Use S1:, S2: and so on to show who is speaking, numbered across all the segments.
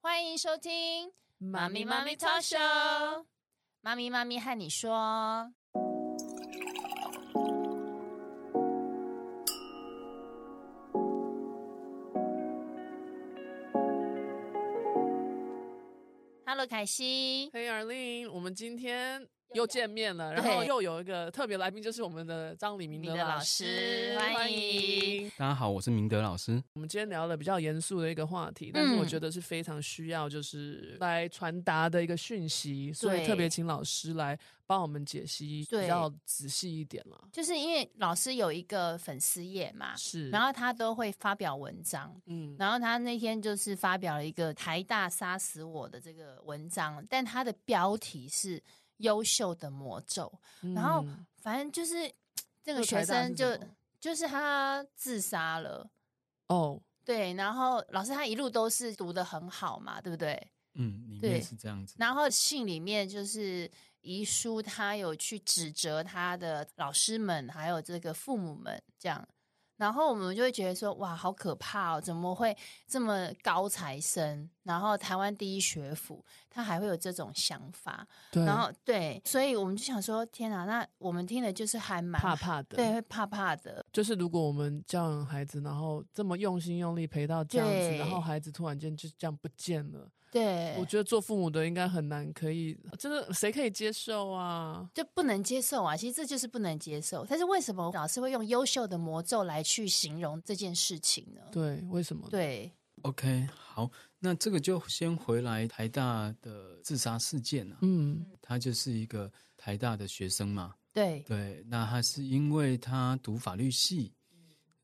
S1: 欢迎收听《
S2: 妈咪妈咪
S1: Talk
S2: talk show》，
S1: 妈咪妈咪和你说。Hello，凯西，
S2: 嘿，二令，我们今天又见面了，然后
S1: 对
S2: 又有一个特别来宾，就是我们的张李明
S1: 明
S2: 德
S1: 德老
S2: 老
S1: 师
S2: 师，
S1: 欢迎。
S3: 大家好，我是明德老师。
S2: 我们今天聊了比较严肃的一个话题，但是
S1: 嗯
S2: 我觉得是非常需要就是来传达的一个讯息，所以
S1: 对
S2: 特别请老师来帮我们解析
S1: 对
S2: 比较仔细一点了。
S1: 就是因为老师有一个粉丝页嘛，
S2: 是，
S1: 然后他都会发表文章，
S2: 嗯，
S1: 然后他那天就是发表了一个“台大杀死我”的这个文章，但他的标题是“优秀的魔咒”，然后
S2: 嗯
S1: 反正就是这个
S2: 这
S1: 学
S2: 台大是
S1: 生就
S2: 什么
S1: 就是他自杀了。
S2: 哦，
S1: 对，然后老师他一路都是读的很好嘛，对不对？
S3: 嗯，里
S1: 对
S3: 面是这样子。
S1: 然后信里面就是遗书，他有去指责他的老师们，还有这个父母们这样。然后我们就会觉得说，哇，好可怕哦！怎么会这么高材生？然后台湾第一学府，他还会有这种想法？
S2: 对，
S1: 然后对，所以我们就想说，天哪！那我们听了就是还蛮
S2: 怕怕的，
S1: 对，会怕怕的。
S2: 就是如果我们教养孩子，然后这么用心用力陪到这样子，
S1: 对
S2: 然后孩子突然间就这样不见了，
S1: 对，
S2: 我觉得做父母的应该很难可以，真的谁可以接受啊？
S1: 就不能接受啊！其实这就是不能接受。但是为什么老师会用优秀的魔咒来去形容这件事情呢？
S2: 对，为什么？，
S1: 对，
S3: OK，好，那这个就先回来台大的自杀事件啊，
S2: 嗯，
S3: 他就是一个台大的学生嘛，
S1: 对，
S3: 对，那他是因为他读法律系，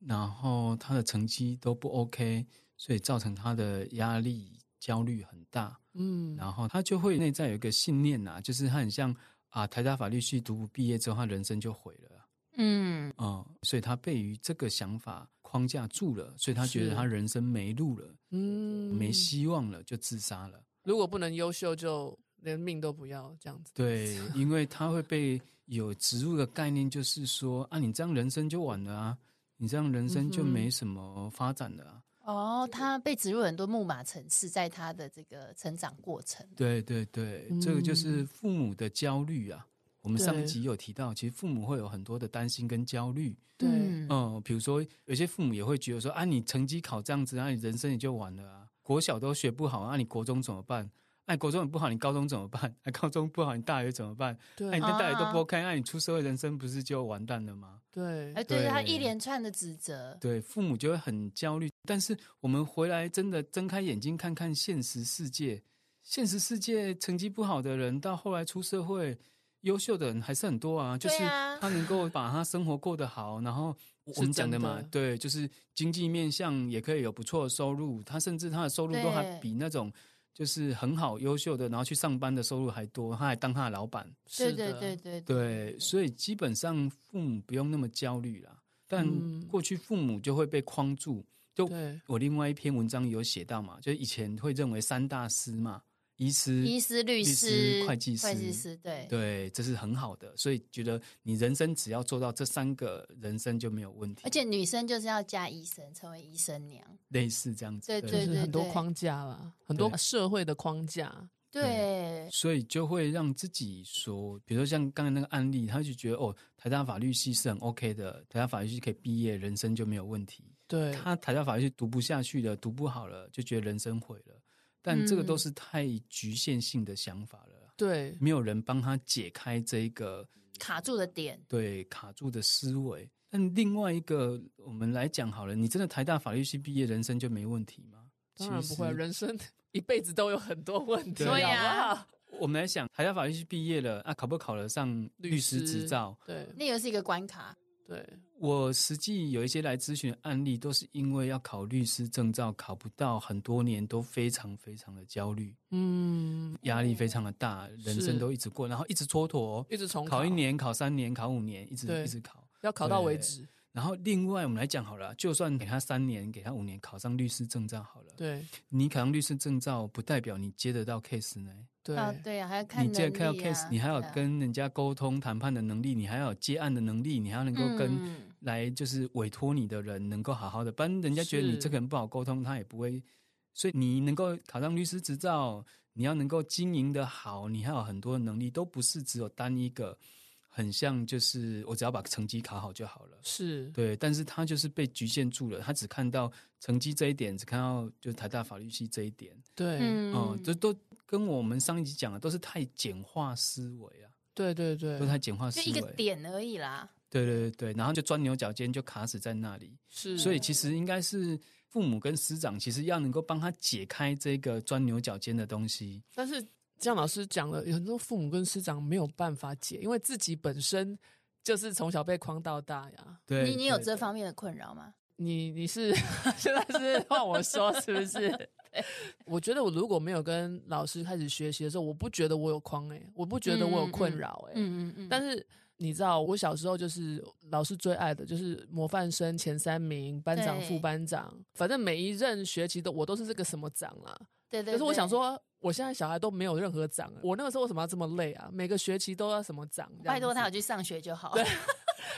S3: 然后他的成绩都不 OK，所以造成他的压力焦虑很大，
S2: 嗯，
S3: 然后他就会内在有一个信念呐、就是他很像啊，台大法律系读毕业之后，他人生就毁了啊。
S1: 嗯，
S3: 嗯，所以他被于这个想法框架住了，所以他觉
S2: 是
S3: 得他人生没路了，
S2: 嗯，
S3: 没希望了，就自杀了。
S2: 如果不能优秀，就连命都不要这样子。
S3: 对，因为他会被有植入的概念，就是说啊，你这样人生就完了啊，你这样人生就没什么发展了
S2: 嗯
S3: 啊。
S1: 哦，他被植入很多木马城市，在他的这个成长过程。
S3: 对对对，
S2: 嗯
S3: 这个就是父母的焦虑啊。我们上
S2: 对
S3: 一集有提到，其实父母会有很多的担心跟焦虑。
S2: 对
S1: 嗯
S3: 嗯，比如说有些父母也会觉得说啊，你成绩考这样子，那、啊、你人生也就完了啊。国小都学不好，那、啊、你国中怎么办？哎、你国中很不好，你高中怎么办？哎、高中不好，你大学怎么办？哎、
S2: 对
S3: 你在大学都
S1: 啊
S3: 不 OK，那、你出社会人生不是就完蛋了吗？
S2: 对
S1: 哎，，对
S3: 对
S1: 他一连串的指责，
S3: 对，父母就会很焦虑。但是我们回来真的睁开眼睛看看现实世界，现实世界成绩不好的人，到后来出社会，优秀的人还是很多啊。就是
S1: 对啊
S3: 他能够把他生活过得好，然后
S2: 是
S3: 我们讲的
S2: 真的
S3: 嘛，对，就是经济面向也可以有不错的收入，他甚至他的收入都还
S1: 对
S3: 比那种就是很好优秀的，然后去上班的收入还多，他还当他的老板。
S1: 对
S2: 是
S1: 对
S2: 的
S1: 对对对
S3: 对，所以基本上父母不用那么焦虑啦。但
S2: 嗯
S3: 过去父母就会被框住，就
S2: 对
S3: 我另外一篇文章有写到嘛，就是以前会认为三大师嘛，医师、
S1: 医师、律
S3: 律
S1: 师、
S3: 师会计师
S1: 会计师，对
S3: 对，这是很好的，所以觉得你人生只要做到这三个，人生就没有问题。
S1: 而且女生就是要嫁医生，成为医生娘。
S3: 类似这样子，
S1: 对
S3: 对
S2: 就是
S1: 对
S2: 很多
S1: 对
S2: 框架啦，很多
S3: 对
S2: 社会的框架。
S1: 对，
S3: 所以就会让自己说，比如说像刚才那个案例，他就觉得哦，台大法律系是很 OK 的，台大法律系可以毕业，人生就没有问题。
S2: 对，
S3: 他台大法律系读不下去了，读不好了，就觉得人生毁了。但这个
S2: 嗯
S3: 都是太局限性的想法了，
S2: 对，
S3: 没有人帮他解开这一个
S1: 卡住的点，
S3: 对卡住的思维。但另外一个，我们来讲好了，你真的台大法律系毕业，人生就没问题吗？
S2: 当然不
S3: 其
S2: 会，啊
S3: 实
S2: 人生 一辈子都有很多问题，
S3: 对对
S1: 啊
S2: 好不好
S3: 我们来想，台大法律系毕业了，啊，考不考得上律师执照？，
S2: 对
S1: 那个是一个关卡。
S2: 对，
S3: 我实际有一些来咨询的案例，都是因为要考律师证照，考不到，很多年都非常非常的焦虑。
S2: 嗯，
S3: 压力非常的大，人生都一直过，然后一直蹉跎，哦
S2: 一直重
S3: 考一，年、考三年、考五年，一直
S2: 对
S3: 一直考。
S2: 要考到为
S3: 对
S2: 止，
S3: 然后另外我们来讲好了，就算给他三年、给他五年，考上律师证照好了，
S2: 对
S3: 你考上律师证照不代表你接得到 case 呢，
S2: 对
S1: 啊，对啊，还要看
S3: 你接
S1: 能
S3: 得到
S1: 力
S3: case，
S1: 啊，
S3: 你还要
S1: 对啊
S3: 跟人家沟通、谈判的能力，你还要有接案的能力，你还要能够跟
S1: 嗯
S3: 来就是委托你的人能够好好的，不然人家觉得
S2: 是
S3: 你这个人不好沟通，他也不会所以你能够考上律师执照，你要能够经营的好，你还有很多能力，都不是只有单一个，很像就是我只要把成绩考好就好了。
S2: 是，
S3: 对，但是他就是被局限住了，他只看到成绩这一点，只看到就是台大法律系这一点，
S2: 对，
S1: 嗯
S3: 哦、这都跟我们上一集讲的都是太简化思维啊，
S2: 对对对
S3: 都，太简化思
S1: 就
S3: 维，
S1: 一个点而已啦。
S3: 对对对对，然后就钻牛角尖，就卡死在那里。
S2: 是，
S3: 所以其实应该是父母跟师长，其实要能够帮他解开这个钻牛角尖的东西。
S2: 但是这样老师讲了，有很多父母跟师长没有办法解，因为自己本身就是从小被框到大呀。
S3: 对，
S1: 你你有
S3: 对
S1: 这
S3: 对
S1: 方面的困扰吗？
S2: 你你是 现在是换我说是不 是？我觉得我如果没有跟老师开始学习的时候，我不觉得我有框哎、我不觉得我有困扰哎、
S1: 嗯嗯嗯，
S2: 但是你知道，我小时候就是老师最爱的就是模范生前三名、班长、
S1: 对
S2: 副班长，反正每一任学期都我都是这个什么长啦。
S1: 对对，
S2: 可是我
S1: 对
S2: 想，说，我现在小孩都没有任何长，我那个时候为什么要这么累啊？每个学期都要什么长？这样
S1: 拜托他有
S2: 子
S1: 去上学就好。
S2: 对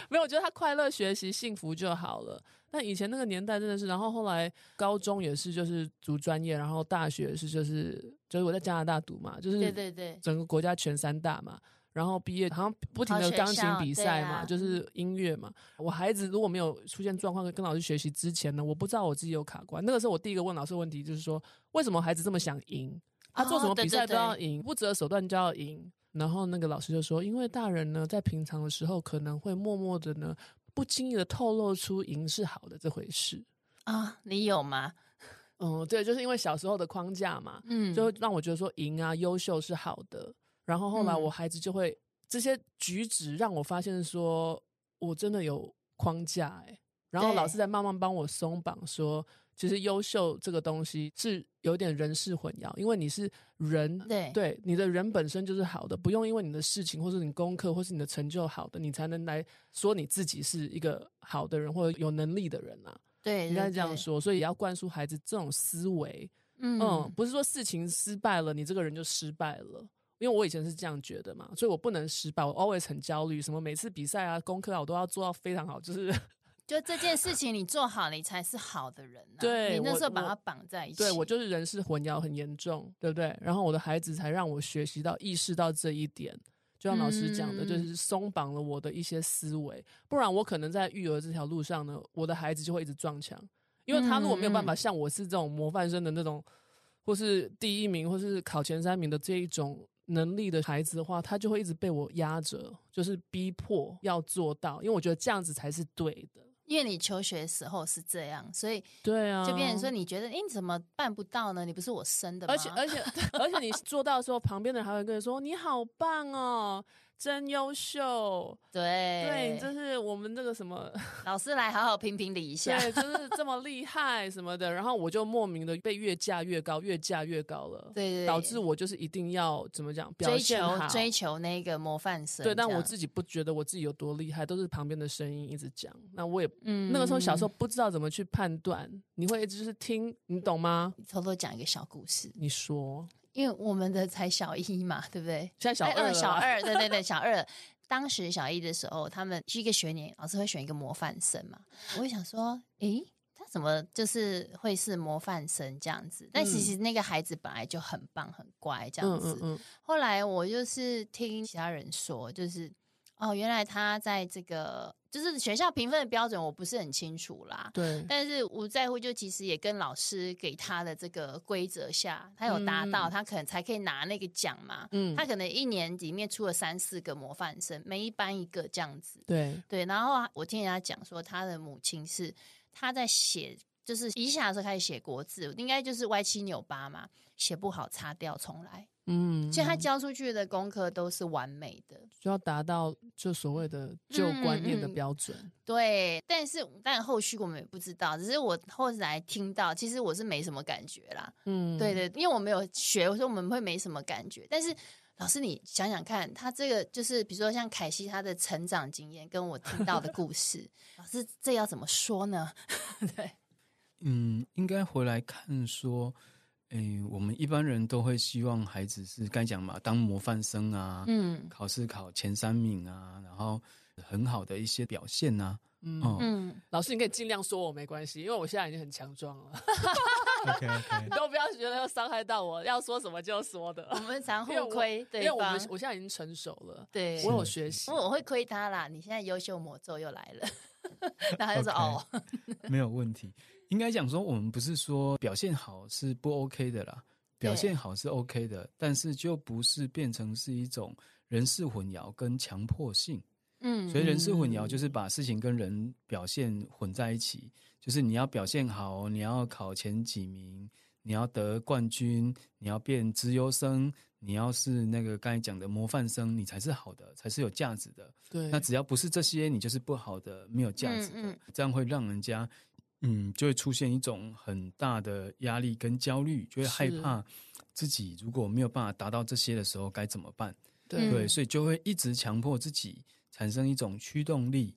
S2: 没有，我觉得他快乐学习、幸福就好了。那以前那个年代真的是，然后后来高中也是，就是读专业，然后大学是就是就是我在加拿大读嘛，就
S1: 对
S2: 是
S1: 对对，
S2: 整个国家全三大嘛。然后毕业好像不停
S1: 好
S2: 的
S1: 学
S2: 钢琴
S1: 校
S2: 比
S1: 对
S2: 赛嘛，
S1: 啊
S2: 就是音乐嘛。我孩子如果没有出现状况跟老师学习之前呢，我不知道我自己有卡关。那个时候我第一个问老师的问题就是说，为什么孩子这么想赢？他做什
S1: 哦
S2: 么
S1: 对
S2: 比
S1: 对
S2: 赛都
S1: 对
S2: 要赢，不择手段就要赢。然后那个老师就说，因为大人呢，在平常的时候可能会默默的呢，不经意的透露出赢是好的这回事。
S1: 啊，你有吗？
S2: 嗯，对，就是因为小时候的框架嘛，
S1: 嗯，
S2: 就让我觉得说赢啊、优秀是好的。然后后来
S1: 嗯
S2: 我孩子就会、这些举止让我发现说，我真的有框架哎、然后
S1: 对
S2: 老师在慢慢帮我松绑说。其实优秀这个东西是有点人事混淆，因为你是人，
S1: 对
S2: 对，你的人本身就是好的，不用因为你的事情或是你功课或是你的成就好的，你才能来说你自己是一个好的人或者有能力的人啊，
S1: 对，
S2: 应该
S1: 对
S2: 这样，
S1: 对
S2: 说。所以也要灌输孩子这种思维，嗯，
S1: 嗯，
S2: 不是说事情失败了，你这个人就失败了。因为我以前是这样觉得嘛，所以我不能失败，我 always 很焦虑，什么每次比赛啊、功课啊，我都要做到非常好，就是
S1: 就这件事情你做好，你才是好的人啊。
S2: 对
S1: 你那
S2: 我
S1: 时候把
S2: 我
S1: 它绑在一起，
S2: 对我就是人事混淆很严重，对不对？然后我的孩子才让我学习到、意识到这一点。就像老师讲的，就
S1: 嗯
S2: 是松绑了我的一些思维，不然我可能在育儿这条路上呢，我的孩子就会一直撞墙，因为他如果没有办法
S1: 嗯
S2: 像我是这种模范生的那种，或是第一名，或是考前三名的这一种能力的孩子的话，他就会一直被我压着，就是逼迫要做到，因为我觉得这样子才是对的。
S1: 因为你求学时候是这样，所以
S2: 对啊，
S1: 就变成说，你觉得，哎、你怎么办不到呢？你不是我生的吗？
S2: 而且呃而且 而且你做到的时候，旁边的人还会跟你说：“你好棒哦，真优秀。”对，
S1: 对
S2: 你就是我们这个什 么，
S1: 老师来好好评评理一下。
S2: 对，就是这么厉害什么的。然后我就莫名的被越架越高，越架越高了，
S1: 对对对
S2: 导致我就是一定要怎么讲，表
S1: 追
S2: 现好
S1: 求追求那个模范生这
S2: 对，
S1: 样，
S2: 但我自己不觉得我自己有多厉害，都是旁边的声音一直讲。那我也
S1: 嗯
S2: 那个时候小时候不知道怎么去判断，你会一直就是听，你懂吗？
S1: 偷偷讲一个小故事，
S2: 你说，
S1: 因为我们的才小一嘛，对不对？
S2: 现在小
S1: 哎
S2: 二了啊、
S1: 小二，对对对， 小二。当时小一的时候，他们是一个学年，老师会选一个模范生嘛。我会想说，诶，他怎么就是会是模范生这样子？但其
S2: 嗯
S1: 实那个孩子本来就很棒、很乖这样
S2: 嗯
S1: 子。
S2: 嗯嗯，
S1: 后来我就是听其他人说，就是哦，原来他在这个就是学校评分的标准，我不是很清楚啦。
S2: 对。
S1: 但是无在乎，就其实也跟老师给他的这个规则下，他有达到，
S2: 嗯
S1: 他可能才可以拿那个奖嘛。
S2: 嗯
S1: 他可能一年里面出了三四个模范生，每一班一个这样子。
S2: 对，
S1: 对，然后我听人家讲说，他的母亲是他在写，就是一下的时候开始写国字，应该就是歪七扭八嘛，写不好擦掉重来。
S2: 嗯，
S1: 所以他
S2: 嗯
S1: 交出去的功课都是完美的。
S2: 就要达到就所谓的旧观念的
S1: 嗯嗯
S2: 标准，
S1: 对，但是但后续我们也不知道，只是我后来听到，其实我是没什么感觉啦。
S2: 嗯，
S1: 对，对，因为我没有学，所以我们会没什么感觉。但是老师，你想想看，他这个就是比如说像凯西她的成长经验，跟我听到的故事， 老师这要怎么说呢？对，
S3: 嗯，应该回来看说，诶，我们一般人都会希望孩子是该讲嘛，当模范生啊，
S1: 嗯
S3: 考试考前三名啊，然后很好的一些表现啊。
S2: 嗯，
S3: 哦
S1: 嗯，
S2: 老师你可以尽量说我没关系，因为我现在已经很强壮了，
S4: OK OK，
S2: 你都不要觉得要伤害到我，要说什么就说的
S1: 我，们常
S2: 因为
S1: 互
S2: 我
S1: 亏
S2: 因
S1: 嗯对
S2: 为我
S1: 方
S2: 们，我现在已经成熟了，
S1: 对，嗯
S2: 我
S1: 我
S2: 有学习，
S1: 我会亏他啦。你现在优秀魔咒又来了，
S3: 嗯
S1: 然后他就说
S4: OK
S1: 哦，
S3: 没有问题。应该讲说，我们不是说表现好是不 OK 的啦，
S1: 对
S3: 表现好是 OK 的，但是就不是变成是一种人事混淆跟强迫性。
S1: 嗯，
S3: 所以人事混淆就是把事情跟人表现混在一起，就是你要表现好，你要考前几名，你要得冠军，你要变资优生，你要是那个刚才讲的模范生，你才是好的，才是有价值的。
S2: 对，
S3: 那只要不是这些，你就是不好的，没有价值的，
S1: 嗯嗯
S3: 这样会让人家，嗯，就会出现一种很大的压力跟焦虑，就会害
S2: 是
S3: 怕自己如果没有办法达到这些的时候该怎么办？
S2: 对
S3: 对，
S1: 嗯
S3: 所以就会一直强迫自己产生一种驱动力，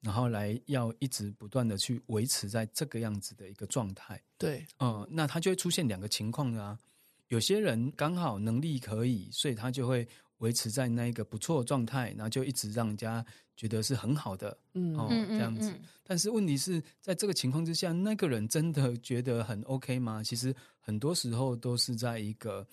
S3: 然后来要一直不断的去维持在这个样子的一个状态。
S2: 对，
S3: 嗯，那他就会出现两个情况啊。有些人刚好能力可以，所以他就会维持在那一个不错的状态，然后就一直让人家觉得是很好的。
S2: 嗯，
S3: 哦
S1: 嗯嗯
S3: 这样子
S1: 嗯
S3: 但是问题是在这个情况之下，那个人真的觉得很 OK 吗？其实很多时候都是在一个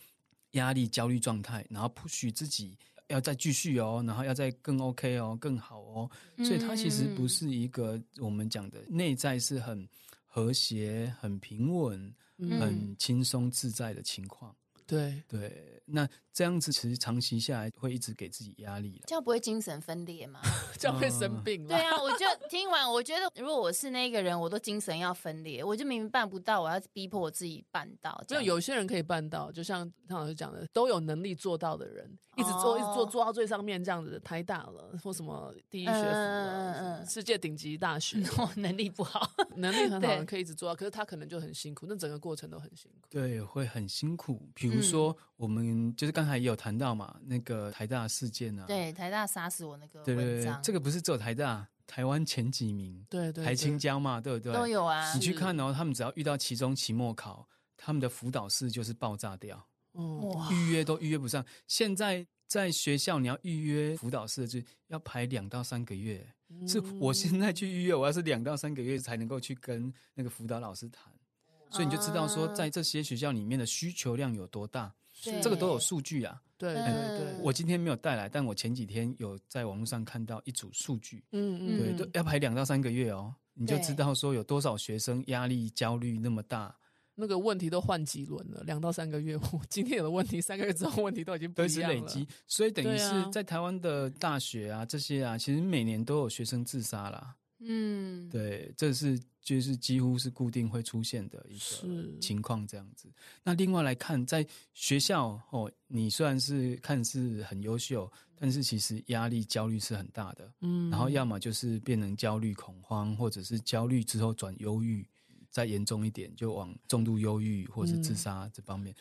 S3: 压力、焦虑状态，然后不许自己要再继续哦，然后要再更 OK 哦，更好哦。所以它其实不是一个我们讲的内在是很和谐、很平稳、
S1: 嗯
S3: 很轻松自在的情况。嗯
S2: 对，
S3: 对，那这样子其实长期下来会一直给自己压力啦
S1: 这样不会精神分裂吗？
S2: 这样会生病
S1: 对
S2: 啦，
S1: 啊，我就听完，我觉得如果我是那个人，我都精神要分裂，我就明明办不到，我要逼迫我自己办到。这
S2: 没有，
S1: 样
S2: 有些人可以办到，就像汤老师讲的，都有能力做到的人，一直做，
S1: 哦
S2: 一直做，做到最上面这样子，台大了，或什么第一学府
S1: 嗯嗯
S2: 了，
S1: 嗯
S2: 什么
S1: 嗯
S2: 世界顶级大学，
S1: 我哦能力不好，
S2: 能力很好的人
S1: 对
S2: 可以一直做到，可是他可能就很辛苦，那整个过程都很辛苦。
S3: 对，会很辛苦。比如
S1: 嗯
S3: 说，我们就是刚才也有谈到嘛，那个台大事件啊，
S1: 对台大杀死我那个
S3: 对
S1: 文
S3: 对对
S1: 章，，
S3: 这个不是只有台大，台湾前几名，
S2: 对对，
S3: 台青
S2: 对
S3: 交嘛，对不对？
S1: 都有啊
S3: 你。去
S2: 是
S3: 看哦，他们只要遇到期中、期末考，他们的辅导室就是爆炸掉，
S2: 嗯，
S1: 哇，
S3: 预约都预约不上。现在在学校，你要预约辅导室，就要排两到三个月。
S2: 嗯
S3: 是我现在去预约，我要是两到三个月才能够去跟那个辅导老师谈，所以你就知道说，
S1: 啊
S3: 在这些学校里面的需求量有多大，
S1: 对
S3: 这个都有数据啊。
S2: 对对
S1: 嗯
S2: 对，
S3: 我今天没有带来，但我前几天有在网络上看到一组数据，
S2: 嗯
S3: 对，
S1: 嗯
S3: 都要排两到三个月哦，你就
S1: 对
S3: 知道说有多少学生压力、焦虑那么大，
S2: 那个问题都换几轮了，两到三个月，我今天有的问题，三个月之后问题都已经不
S3: 都
S2: 一
S3: 一直
S2: 样
S3: 累
S2: 了。
S3: 积，所以等于
S2: 对啊
S3: 是在台湾的大学啊这些啊，其实每年都有学生自杀啦，
S1: 嗯，
S3: 对，这是就是几乎是固定会出现的一
S2: 是
S3: 个情况这样子。那另外来看，在学校哦，你虽然是看似很优秀，但是其实压力、焦虑是很大的。
S2: 嗯
S3: 然后要么就是变成焦虑、恐慌，或者是焦虑之后转忧郁，再严重一点就往重度忧郁或是自杀这方面。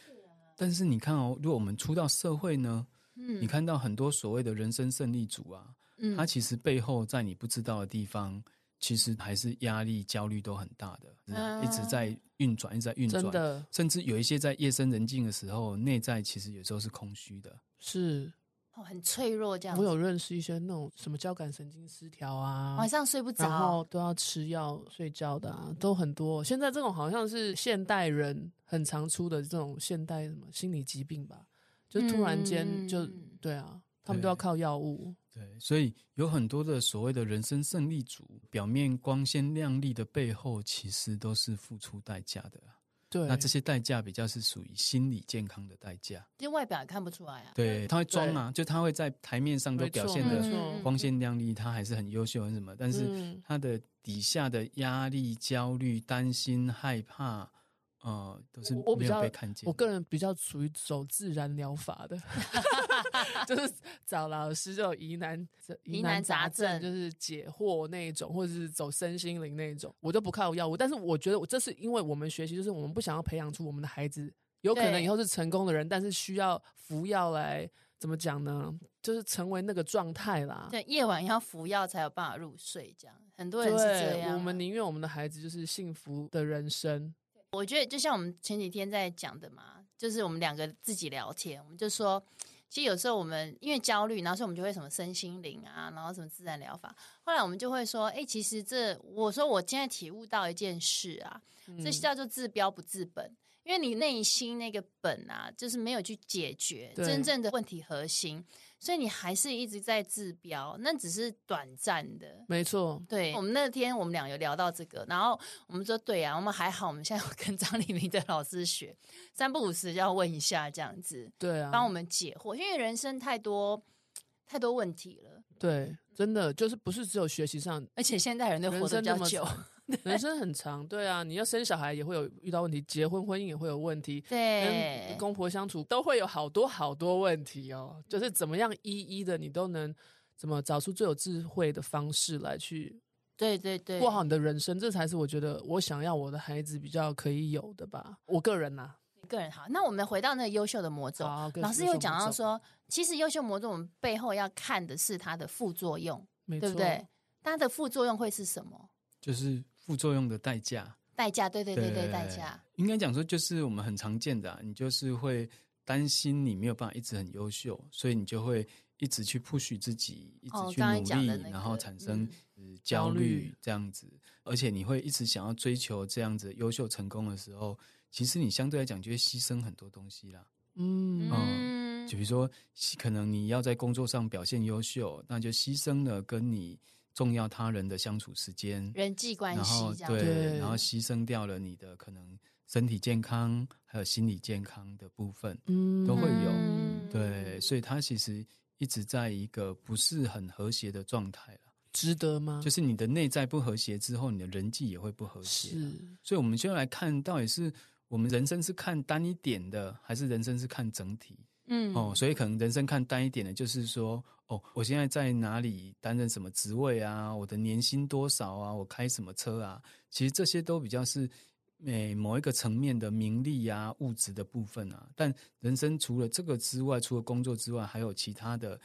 S3: 但是你看哦，如果我们出到社会呢，
S1: 嗯
S3: 你看到很多所谓的人生胜利组啊，
S1: 嗯
S3: 它其实背后在你不知道的地方，其实还是压力、焦虑都很大的，是啊一直在运转，一直在运
S2: 真
S3: 转。
S2: 的
S3: 甚至有一些在夜深人静的时候，内在其实有时候是空虚的。
S2: 是
S1: 哦很脆弱这样
S2: 我
S1: 子，哦
S2: 有认识一些那种什么交感神经失调啊，
S1: 晚上睡不
S2: 然后
S1: 着，
S2: 都要吃药睡觉的啊，都很多。现在这种好像是现代人很常出的这种现代什么心理疾病吧，就突然间就、
S1: 嗯
S2: 对啊，他们都要
S3: 对
S2: 靠药物。
S3: 对，所以有很多的所谓的人生胜利组，表面光鲜亮丽的背后，其实都是付出代价的啊。
S2: 对，
S3: 那这些代价比较是属于心理健康的代价。
S1: 就外表也看不出来啊。
S3: 对，他会装啊，就他会在台面上都
S2: 没错
S3: 表现
S2: 没
S3: 的
S1: 嗯
S2: 错
S3: 光鲜亮丽，他还是很优秀，很什么，但是
S2: 嗯
S3: 他的底下的压力、焦虑、担心、害怕，呃，都是
S2: 我我比
S3: 没有
S2: 较
S3: 被看见。
S2: 我个人比较属于走自然疗法 的， 就是找老师这种疑难
S1: 疑难杂症
S2: 就是解惑那一种，或者是走身心灵那一种，我都不靠药物。但是我觉得我这是因为我们学习，就是我们不想要培养出我们的孩子有可能
S1: 对
S2: 以后是成功的人，但是需要服药来怎么讲呢？就是成为那个状态啦。
S1: 对，夜晚要服药才有办法入睡，这样很多
S2: 对，
S1: 人是这样啊。
S2: 我们宁愿我们的孩子就是幸福的人生。
S1: 我觉得就像我们前几天在讲的嘛，就是我们两个自己聊天，我们就说，其实有时候我们因为焦虑，然后所以我们就会什么身心灵啊，然后什么自然疗法。后来我们就会说，哎，其实这我说我现在体悟到一件事啊，这叫做治标不治本。因为你内心那个本啊，就是没有去解决
S2: 对
S1: 真正的问题核心，所以你还是一直在治标，那只是短暂的。
S2: 没错，
S1: 对我们那天我们俩有聊到这个，然后我们说对啊，我们还好，我们现在有跟张丽明的老师学，三不五时就要问一下这样子，
S2: 对啊，
S1: 帮我们解惑，因为人生太多太多问题了，
S2: 对，真的就是不是只有学习上，
S1: 而且现代人都活得比较
S2: 人生
S1: 久
S2: 那， 人生很长，对啊，你要生小孩也会有遇到问题，结婚婚姻也会有问题，
S1: 对
S2: 跟，公婆相处都会有好多好多问题哦，就是怎么样一一的你都能怎么找出最有智慧的方式来去
S1: 对对对，
S2: 过好你的人生，这才是我觉得我想要我的孩子比较可以有的吧，我个人呐、
S1: 个人好。那我们回到那个优秀的魔咒，
S2: 啊。
S1: 哦老师有讲到，说，其实优秀魔咒我们背后要看的是它的副作用，
S2: 没
S1: 对不
S2: 错
S1: 对？？它的副作用会是什么？
S3: 就是副作用的代价。
S1: 代价？对对对对，代价。
S3: 应该讲说，就是我们很常见的、啊，你就是会担心你没有办法一直很优秀，所以你就会一直去 push 自己，一直
S1: 哦，
S3: 去
S1: 刚刚
S3: 努力，
S1: 讲的那个，
S3: 然后产生
S1: 嗯
S3: 呃焦
S2: 焦
S3: 虑
S2: 虑
S3: 这样子，而且你会一直想要追求这样子优秀成功的时候，其实你相对来讲就会牺牲很多东西啦。
S2: 嗯，
S1: 嗯，
S3: 就比如说，牺可能你要在工作上表现优秀，那就牺牲了跟你重要他人的相处时间，
S1: 人际关
S3: 然
S1: 系
S3: 后
S1: 这样子。
S2: 对
S3: 然后牺牲掉了你的可能身体健康还有心理健康的部分，
S2: 嗯
S3: 都会有
S1: 嗯
S3: 对，所以他其实一直在一个不是很和谐的状态了，
S2: 值得
S1: 嗯
S2: 吗？
S3: 就是你的内在不和谐之后，你的人际也会不和谐，啊
S2: 是
S3: 所以我们就来看到底是我们人生是看单一点的，还是人生是看整体？
S1: 嗯
S3: 哦，所以可能人生看淡一点的，就是说，哦，我现在在哪里担任什么职位啊？我的年薪多少啊？我开什么车啊？其实这些都比较是，诶、某一个层面的名利啊、物质的部分啊。但人生除了这个之外，除了工作之外，还有其他的，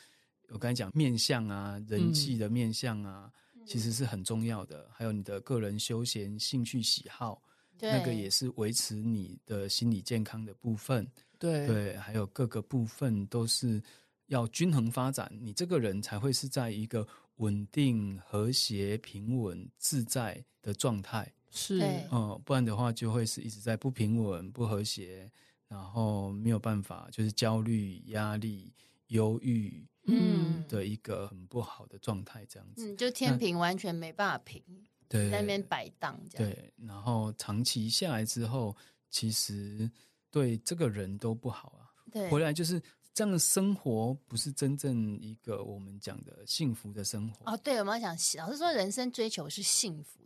S3: 我刚才讲面相啊、人
S1: 嗯
S3: 际的面相啊，其实是很重要的。还有你的个人休闲、兴趣喜好，
S1: 对
S3: 那个也是维持你的心理健康的部分。
S2: 对
S3: 对，还有各个部分都是要均衡发展，你这个人才会是在一个稳定、和谐、平稳、自在的状态。
S2: 是
S1: 对
S3: 嗯，不然的话就会是一直在不平稳、不和谐，然后没有办法，就是焦虑、压力、忧郁
S1: 嗯
S3: 的一个很不好的状态，这样子。
S1: 嗯，就天平完全没办法平，
S3: 对，
S1: 在那边摆荡这样。
S3: 对，然后长期下来之后，其实对这个人都不好啊。
S1: 对
S3: 回来就是这样的生活，不是真正一个我们讲的幸福的生活。
S1: 哦，对，我们要讲，老师说人生追求是幸福，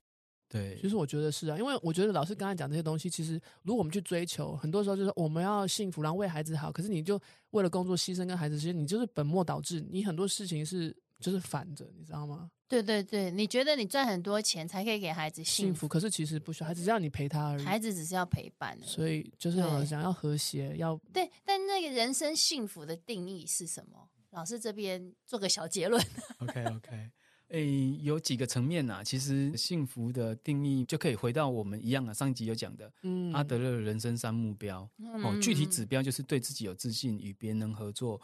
S3: 对
S2: 其，实我觉得是啊，因为我觉得老师刚才讲这些东西，其实如果我们去追求，很多时候就是我们要幸福，然后为孩子好。可是你就为了工作牺牲跟孩子，其实你就是本末倒置，你很多事情是就是反着，你知道吗？
S1: 对对对，你觉得你赚很多钱才可以给孩子
S2: 幸
S1: 幸
S2: 福，可是其实不需要，孩子只要你陪他而
S1: 孩
S2: 已。
S1: 子只是要陪伴而已。
S2: 所以就是
S1: 对
S2: 要想要和谐，要
S1: 对，但那个人生幸福的定义是什么？老师这边做个小结论。
S3: OK OK，诶， 有几个层面呐、其实幸福的定义就可以回到我们一样啊，上一集有讲的、
S2: 嗯
S3: 阿德勒的人生三目标哦，具体
S1: 嗯
S3: 指标就是对自己有自信，与别人能合作，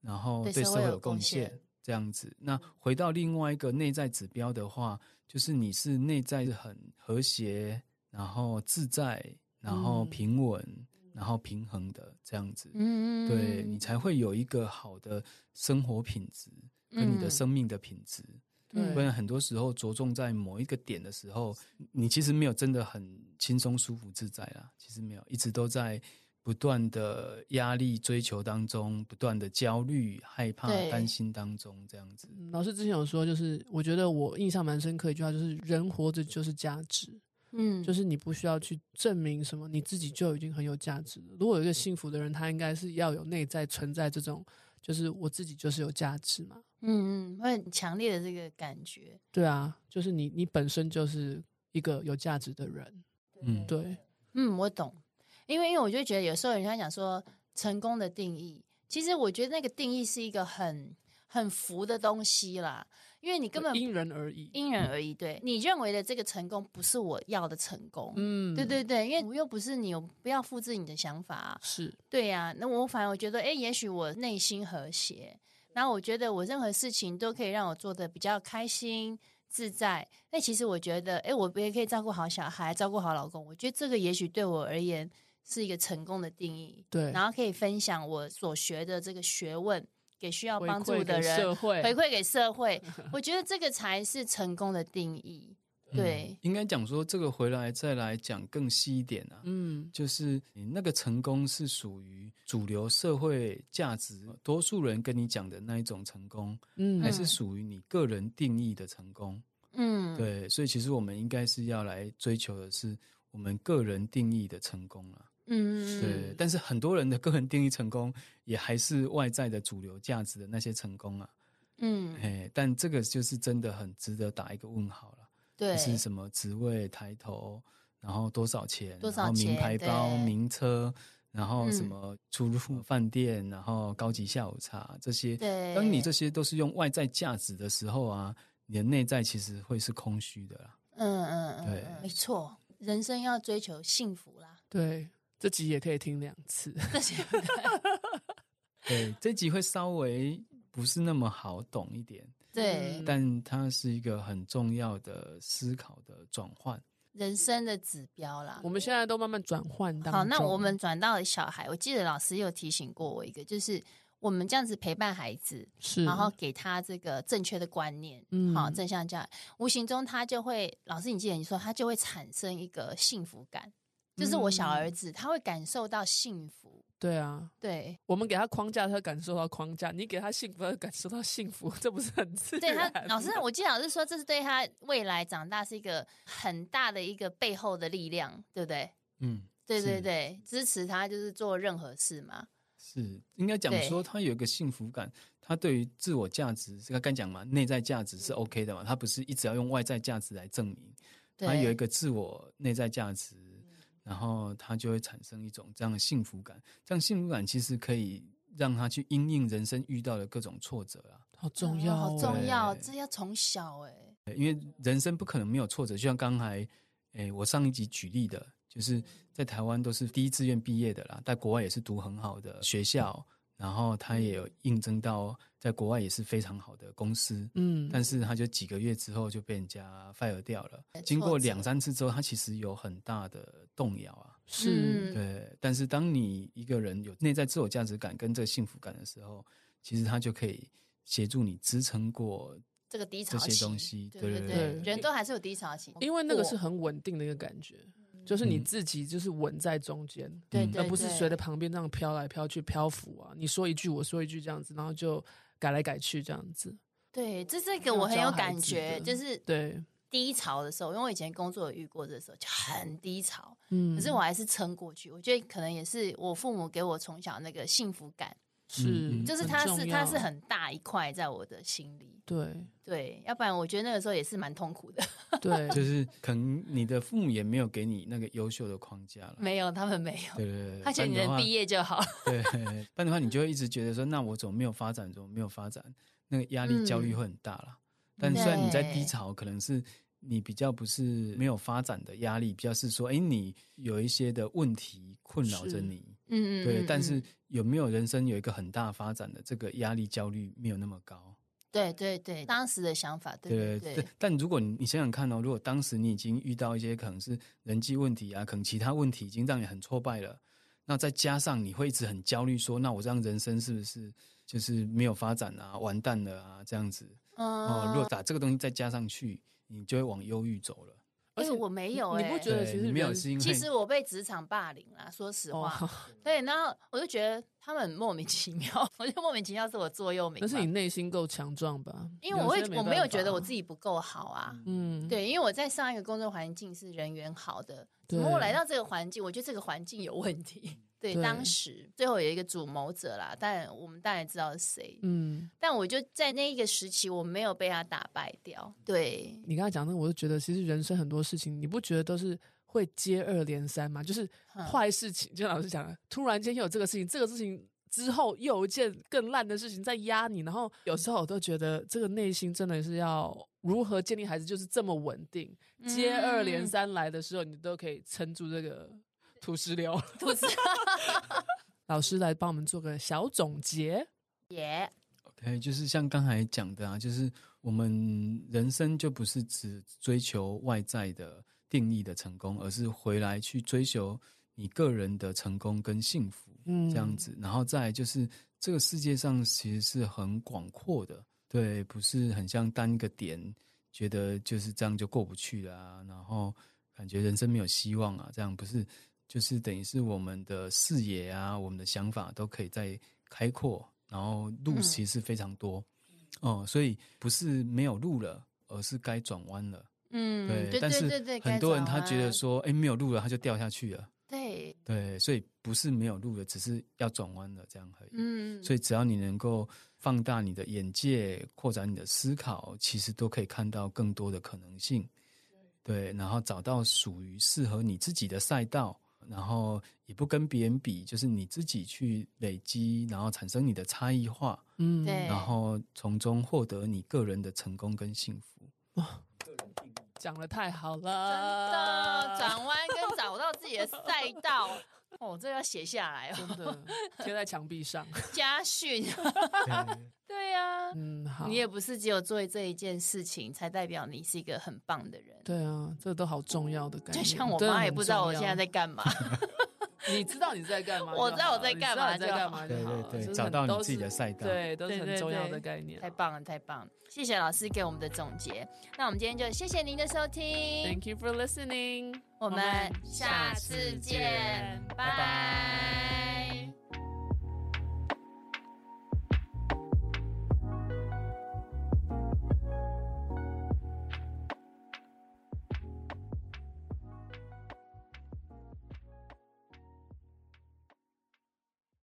S3: 然后
S1: 对
S3: 对
S1: 社
S3: 社
S1: 会
S3: 会
S1: 有
S3: 有
S1: 贡
S3: 贡
S1: 献嗯
S3: 献。这样子，那回到另外一个内在指标的话，就是你是内在很和谐，然后自在，然后
S2: 嗯
S3: 平稳，然后平衡的这样子。
S1: 嗯
S3: 对你才会有一个好的生活品质跟你的
S1: 嗯
S3: 生命的品质。
S1: 嗯
S3: 不然很多时候着重在某一个点的时候，你其实没有真的很轻松、舒服、自在啦。其实没有，一直都在不断的压力追求当中，不断的焦虑、害怕、
S1: 对
S3: 担心当中，这样子。
S2: 嗯老师之前有说，就是我觉得我印象蛮深刻一句话，就是人活着就是价值。
S1: 嗯
S2: 就是你不需要去证明什么，你自己就已经很有价值了。如果
S1: 嗯
S2: 有一个幸福的人，他应该是要有内在存在这种，就是我自己就是有价值嘛。
S1: 嗯嗯，会很强烈的这个感觉。
S2: 对啊，就是你你本身就是一个有价值的人。
S3: 嗯，
S2: 对，
S1: 嗯，我懂，因为因为我就觉得有时候人家讲说成功的定义，其实我觉得那个定义是一个很很浮的东西啦，因为你根本
S2: 因人而异。
S1: 因人而异。对你认为的这个成功，不是我要的成功。
S2: 嗯，
S1: 对对，对，因为我又不是你，我不要复制你的想法、啊。
S2: 是
S1: 对呀、那我反而我觉得，哎，也许我内心和谐，然后我觉得我任何事情都可以让我做的比较开心自在。那其实我觉得，哎，我也可以照顾好小孩，照顾好老公。我觉得这个也许对我而言是一个成功的定义。
S2: 对
S1: 然后可以分享我所学的这个学问给需要
S2: 回
S1: 帮助
S2: 馈
S1: 的
S2: 给
S1: 人，
S2: 社会
S1: 回馈给社 会。我觉得这个才是成功的定义。对，
S3: 嗯应该讲说这个回来再来讲更细一点啊，
S2: 嗯，
S3: 就是你那个成功是属于主流社会价值，多数人跟你讲的那一种成功，
S2: 嗯
S3: 还是属于你个人定义的成功。
S1: 嗯，
S3: 对，所以其实我们应该是要来追求的是我们个人定义的成功了。
S1: 嗯，嗯，
S3: 对，但是很多人的个人定义成功，也还是外在的主流价值的那些成功啊。
S1: 嗯，嗯
S3: 哎，但这个就是真的很值得打一个问号了。
S1: 对，
S3: 就是什么职位、抬头，然后多少钱，
S1: 多
S3: 然
S1: 少
S3: 后名
S1: 钱
S3: 牌包、
S1: 对
S3: 名车，然后什
S1: 嗯
S3: 么出入 饭店，然后高级下午茶这些。
S1: 对，
S3: 当你这些都是用外在价值的时候啊，你的内在其实会是空虚的啦。
S1: 嗯嗯嗯，
S3: 对
S1: 嗯没错，人生要追求幸福啦。
S2: 对，这集也可以听两次。
S1: 这些
S3: 对，这集会稍微不是那么好懂一点，
S1: 对
S2: 嗯
S3: 但它是一个很重要的思考的转换。
S1: 人生的指标啦
S2: 我。们现在都慢慢转换当中。
S1: 好，那我们转到了小孩，我记得老师有提醒过我一个，就是我们这样子陪伴孩子，
S2: 是，
S1: 然后给他这个正确的观念，
S2: 嗯
S1: 好正向教育，无形中他就会，老师你记得你说他就会产生一个幸福感，就是我
S2: 嗯
S1: 小儿子他会感受到幸福，
S2: 对啊，
S1: 对，
S2: 我们给他框架，他感受到框架；你给他幸福，他感受到幸福， 这不是很自
S1: 对
S2: 然
S1: 他？老师，我记得老师说，这是对他未来长大是一个很大的一个背后的力量，对不对？
S3: 嗯，
S1: 对
S3: 是
S1: 对对，支持他就是做任何事嘛。
S3: 是应该讲
S1: 对
S3: 说，他有一个幸福感，他对于自我价值，刚刚讲嘛，内在价值是 OK 的嘛，他不是一直要用外在价值来证明，他有一
S1: 对，嗯
S3: 个自我内在价值，然后他就会产生一种这样的幸福感。这样幸福感其实可以让他去因应人生遇到的各种挫折啊，
S2: 好重要、欸
S1: 哦好重要，
S3: 对
S1: 这要从小哎、
S3: 因为人生不可能没有挫折。就像刚才，诶，我上一集举例的，就是在台湾都是第一志愿毕业的啦，在国外也是读很好的学校，然后他也有应征到在国外也是非常好的公司，
S2: 嗯，
S3: 但是他就几个月之后就被人家 fire 掉了。经过两三次之后，他其实有很大的动摇啊。
S2: 是、
S1: 嗯
S3: 对，但是当你一个人有内在自我价值感跟这个幸福感的时候，其实他就可以协助你支撑过
S1: 这个低潮期
S3: 这些东西
S1: 对
S3: 对
S1: 对
S3: 对
S2: 对
S1: 人都还是有低潮期，
S2: 因为那个
S1: 过
S2: 是很稳定的一个感觉，就是你
S3: 嗯
S2: 自己就是稳在中间，
S1: 对
S3: 嗯
S1: 对，
S2: 而不是
S1: 对
S2: 随着旁边这样飘来飘去、漂浮啊。你说一句，我说一句这样子，然后就改来改去这样子。
S1: 对，这这个
S2: 要
S1: 我很
S2: 教
S1: 有
S2: 孩
S1: 感
S2: 子
S1: 觉，
S2: 的
S1: 就是
S2: 对，
S1: 低潮的时候，因为我以前工作有遇过这时候就很低潮，
S2: 嗯，
S1: 可是我还是撑过去。我觉得可能也是我父母给我从小那个幸福感，
S2: 是
S3: 嗯
S1: 就是
S2: 很
S1: 它
S2: 重
S1: 是它
S2: 要
S1: 是很大一块在我的心里。
S2: 对
S1: 对，要不然我觉得那个时候也是蛮痛苦的。
S2: 对，
S3: 就是可能你的父母也没有给你那个优秀的框架了。
S1: 没有，他们没有，
S3: 对对对，
S1: 他觉得你
S3: 不然的
S1: 能
S3: 话
S1: 毕，业就好。
S3: 对，不然的话你就会一直觉得说，那我怎么没有发展，怎么没有发展？那个压力、
S1: 嗯
S3: 焦虑会很大啦。但虽然你在低
S1: 对
S3: 潮，可能是你比较不是没有发展的压力，比较是说，哎，你有一些的问题困扰
S2: 是
S3: 着你，
S1: 嗯嗯，
S3: 对。
S1: 嗯
S3: 但是
S1: 嗯
S3: 有没有人生有一个很大发展的这个压力、焦虑没有那么高？
S1: 对对对，当时的想法，对
S3: 对
S1: 对
S3: 对
S1: 对，，
S3: 但如果你你想想看哦，如果当时你已经遇到一些可能是人际问题啊，可能其他问题已经让你很挫败了，那再加上你会一直很焦虑说，那我这样人生是不是就是没有发展啊，完蛋了啊这样子哦？
S1: 嗯，
S3: 如果把这个东西再加上去，你就会往忧郁走了。
S1: 而
S2: 而
S1: 且
S2: 且
S1: 我没有，
S2: 你
S1: 哎
S2: 不觉得
S3: 对
S2: 其实
S3: 你没有
S2: 人
S3: 是因为
S1: 其实我被职场霸凌啦，说实
S2: 哦，
S1: 话，对，然后我就觉得他们很莫名其妙， 我觉得莫名其妙是我座右铭
S2: 但
S1: 吧。
S2: 是你内心够强壮吧？
S1: 因为我会
S2: 有些
S1: 我没有
S2: 办
S1: 觉得
S2: 法
S1: 我自己不够好啊，
S2: 嗯，
S1: 对，因为我在上一个工作环境是人缘好的，
S2: 对
S1: 怎么我来到这个环境，我觉得这个环境有问题。 对，
S2: 对
S1: 当时最后有一个主谋者啦，但我们当然知道是谁，
S2: 嗯，
S1: 但我就在那一个时期，我没有被他打败掉。对，
S2: 你刚才讲那个，我就觉得其实人生很多事情，你不觉得都是会接二连三吗？就是
S1: 嗯
S2: 坏事情，就像老师讲的，突然间又有这个事情，这个事情之后又有一件更烂的事情在压你，然后有时候我都觉得这个内心真的是要如何建立孩子就是这么稳定，接二连三来的时候，你都可以撑住这个土石流。
S1: 嗯肚 子
S2: 老师来帮我们做个小总结，
S1: 耶，
S3: OK，就是像刚才讲的啊，就是我们人生就不是只追求外在的定义的成功，而是回来去追求你个人的成功跟幸福
S2: 嗯
S3: 这样子。然后再来就是这个世界上其实是很广阔的，对，不是很像单一个点，觉得就是这样就过不去啦、然后感觉人生没有希望啊，这样不是就是等于是我们的视野啊，我们的想法都可以再开阔，然后路
S1: 嗯
S3: 其实非常多，哦、所以不是没有路了，而是该转弯了。
S1: 嗯，对
S3: 但
S1: 对
S3: 是
S1: 对对，
S3: 很
S1: 该
S3: 多人
S1: 转
S3: 他觉得
S1: 弯
S3: 说，哎，没有路了，他就掉下去了。
S1: 对，
S3: 对，所以不是没有路了，只是要转弯了这样而已。
S1: 嗯，
S3: 所以只要你能够放大你的眼界，扩展你的思考，其实都可以看到更多的可能性。对，然后找到属于适合你自己的赛道，然后也不跟别人比，就是你自己去累积，然后产生你的差异化，
S2: 嗯，
S1: 对
S3: 然后从中获得你个人的成功跟幸福。
S2: 讲的太好
S1: 真的
S2: 了，
S1: 转弯跟找到自己的赛道， 哦，这要写下来哦，
S2: 真的贴在墙壁 上，
S1: 家训， 对
S3: 啊
S1: 呀、
S2: 嗯，好，
S1: 你也不是只有做这一件事情才代表你是一个很棒的人。
S2: 对啊，这都好重要的感觉。
S1: 就像我
S2: 真的
S1: 妈
S2: 很
S1: 也不知道我
S2: 重
S1: 现
S2: 要
S1: 在在，干 嘛，
S2: 你知道你在干嘛就好了，
S1: 我知道我在干嘛
S2: 你知道你在干嘛就
S3: 对
S2: 好了，
S3: 对
S2: 就是
S3: 对，
S2: 很
S3: 找到
S2: 都
S3: 你自己
S2: 是
S3: 的赛道。
S2: 对，都是
S1: 对
S2: 很
S1: 对
S2: 重要
S1: 对
S2: 的概念。
S1: 太棒了，太棒了！谢谢老师给我们的总结。那我们今天就谢谢您的收听，
S2: Thank you for listening，
S1: 我们下次
S3: 次
S1: 见
S3: 见，
S1: 拜
S3: 拜
S1: 拜
S3: 拜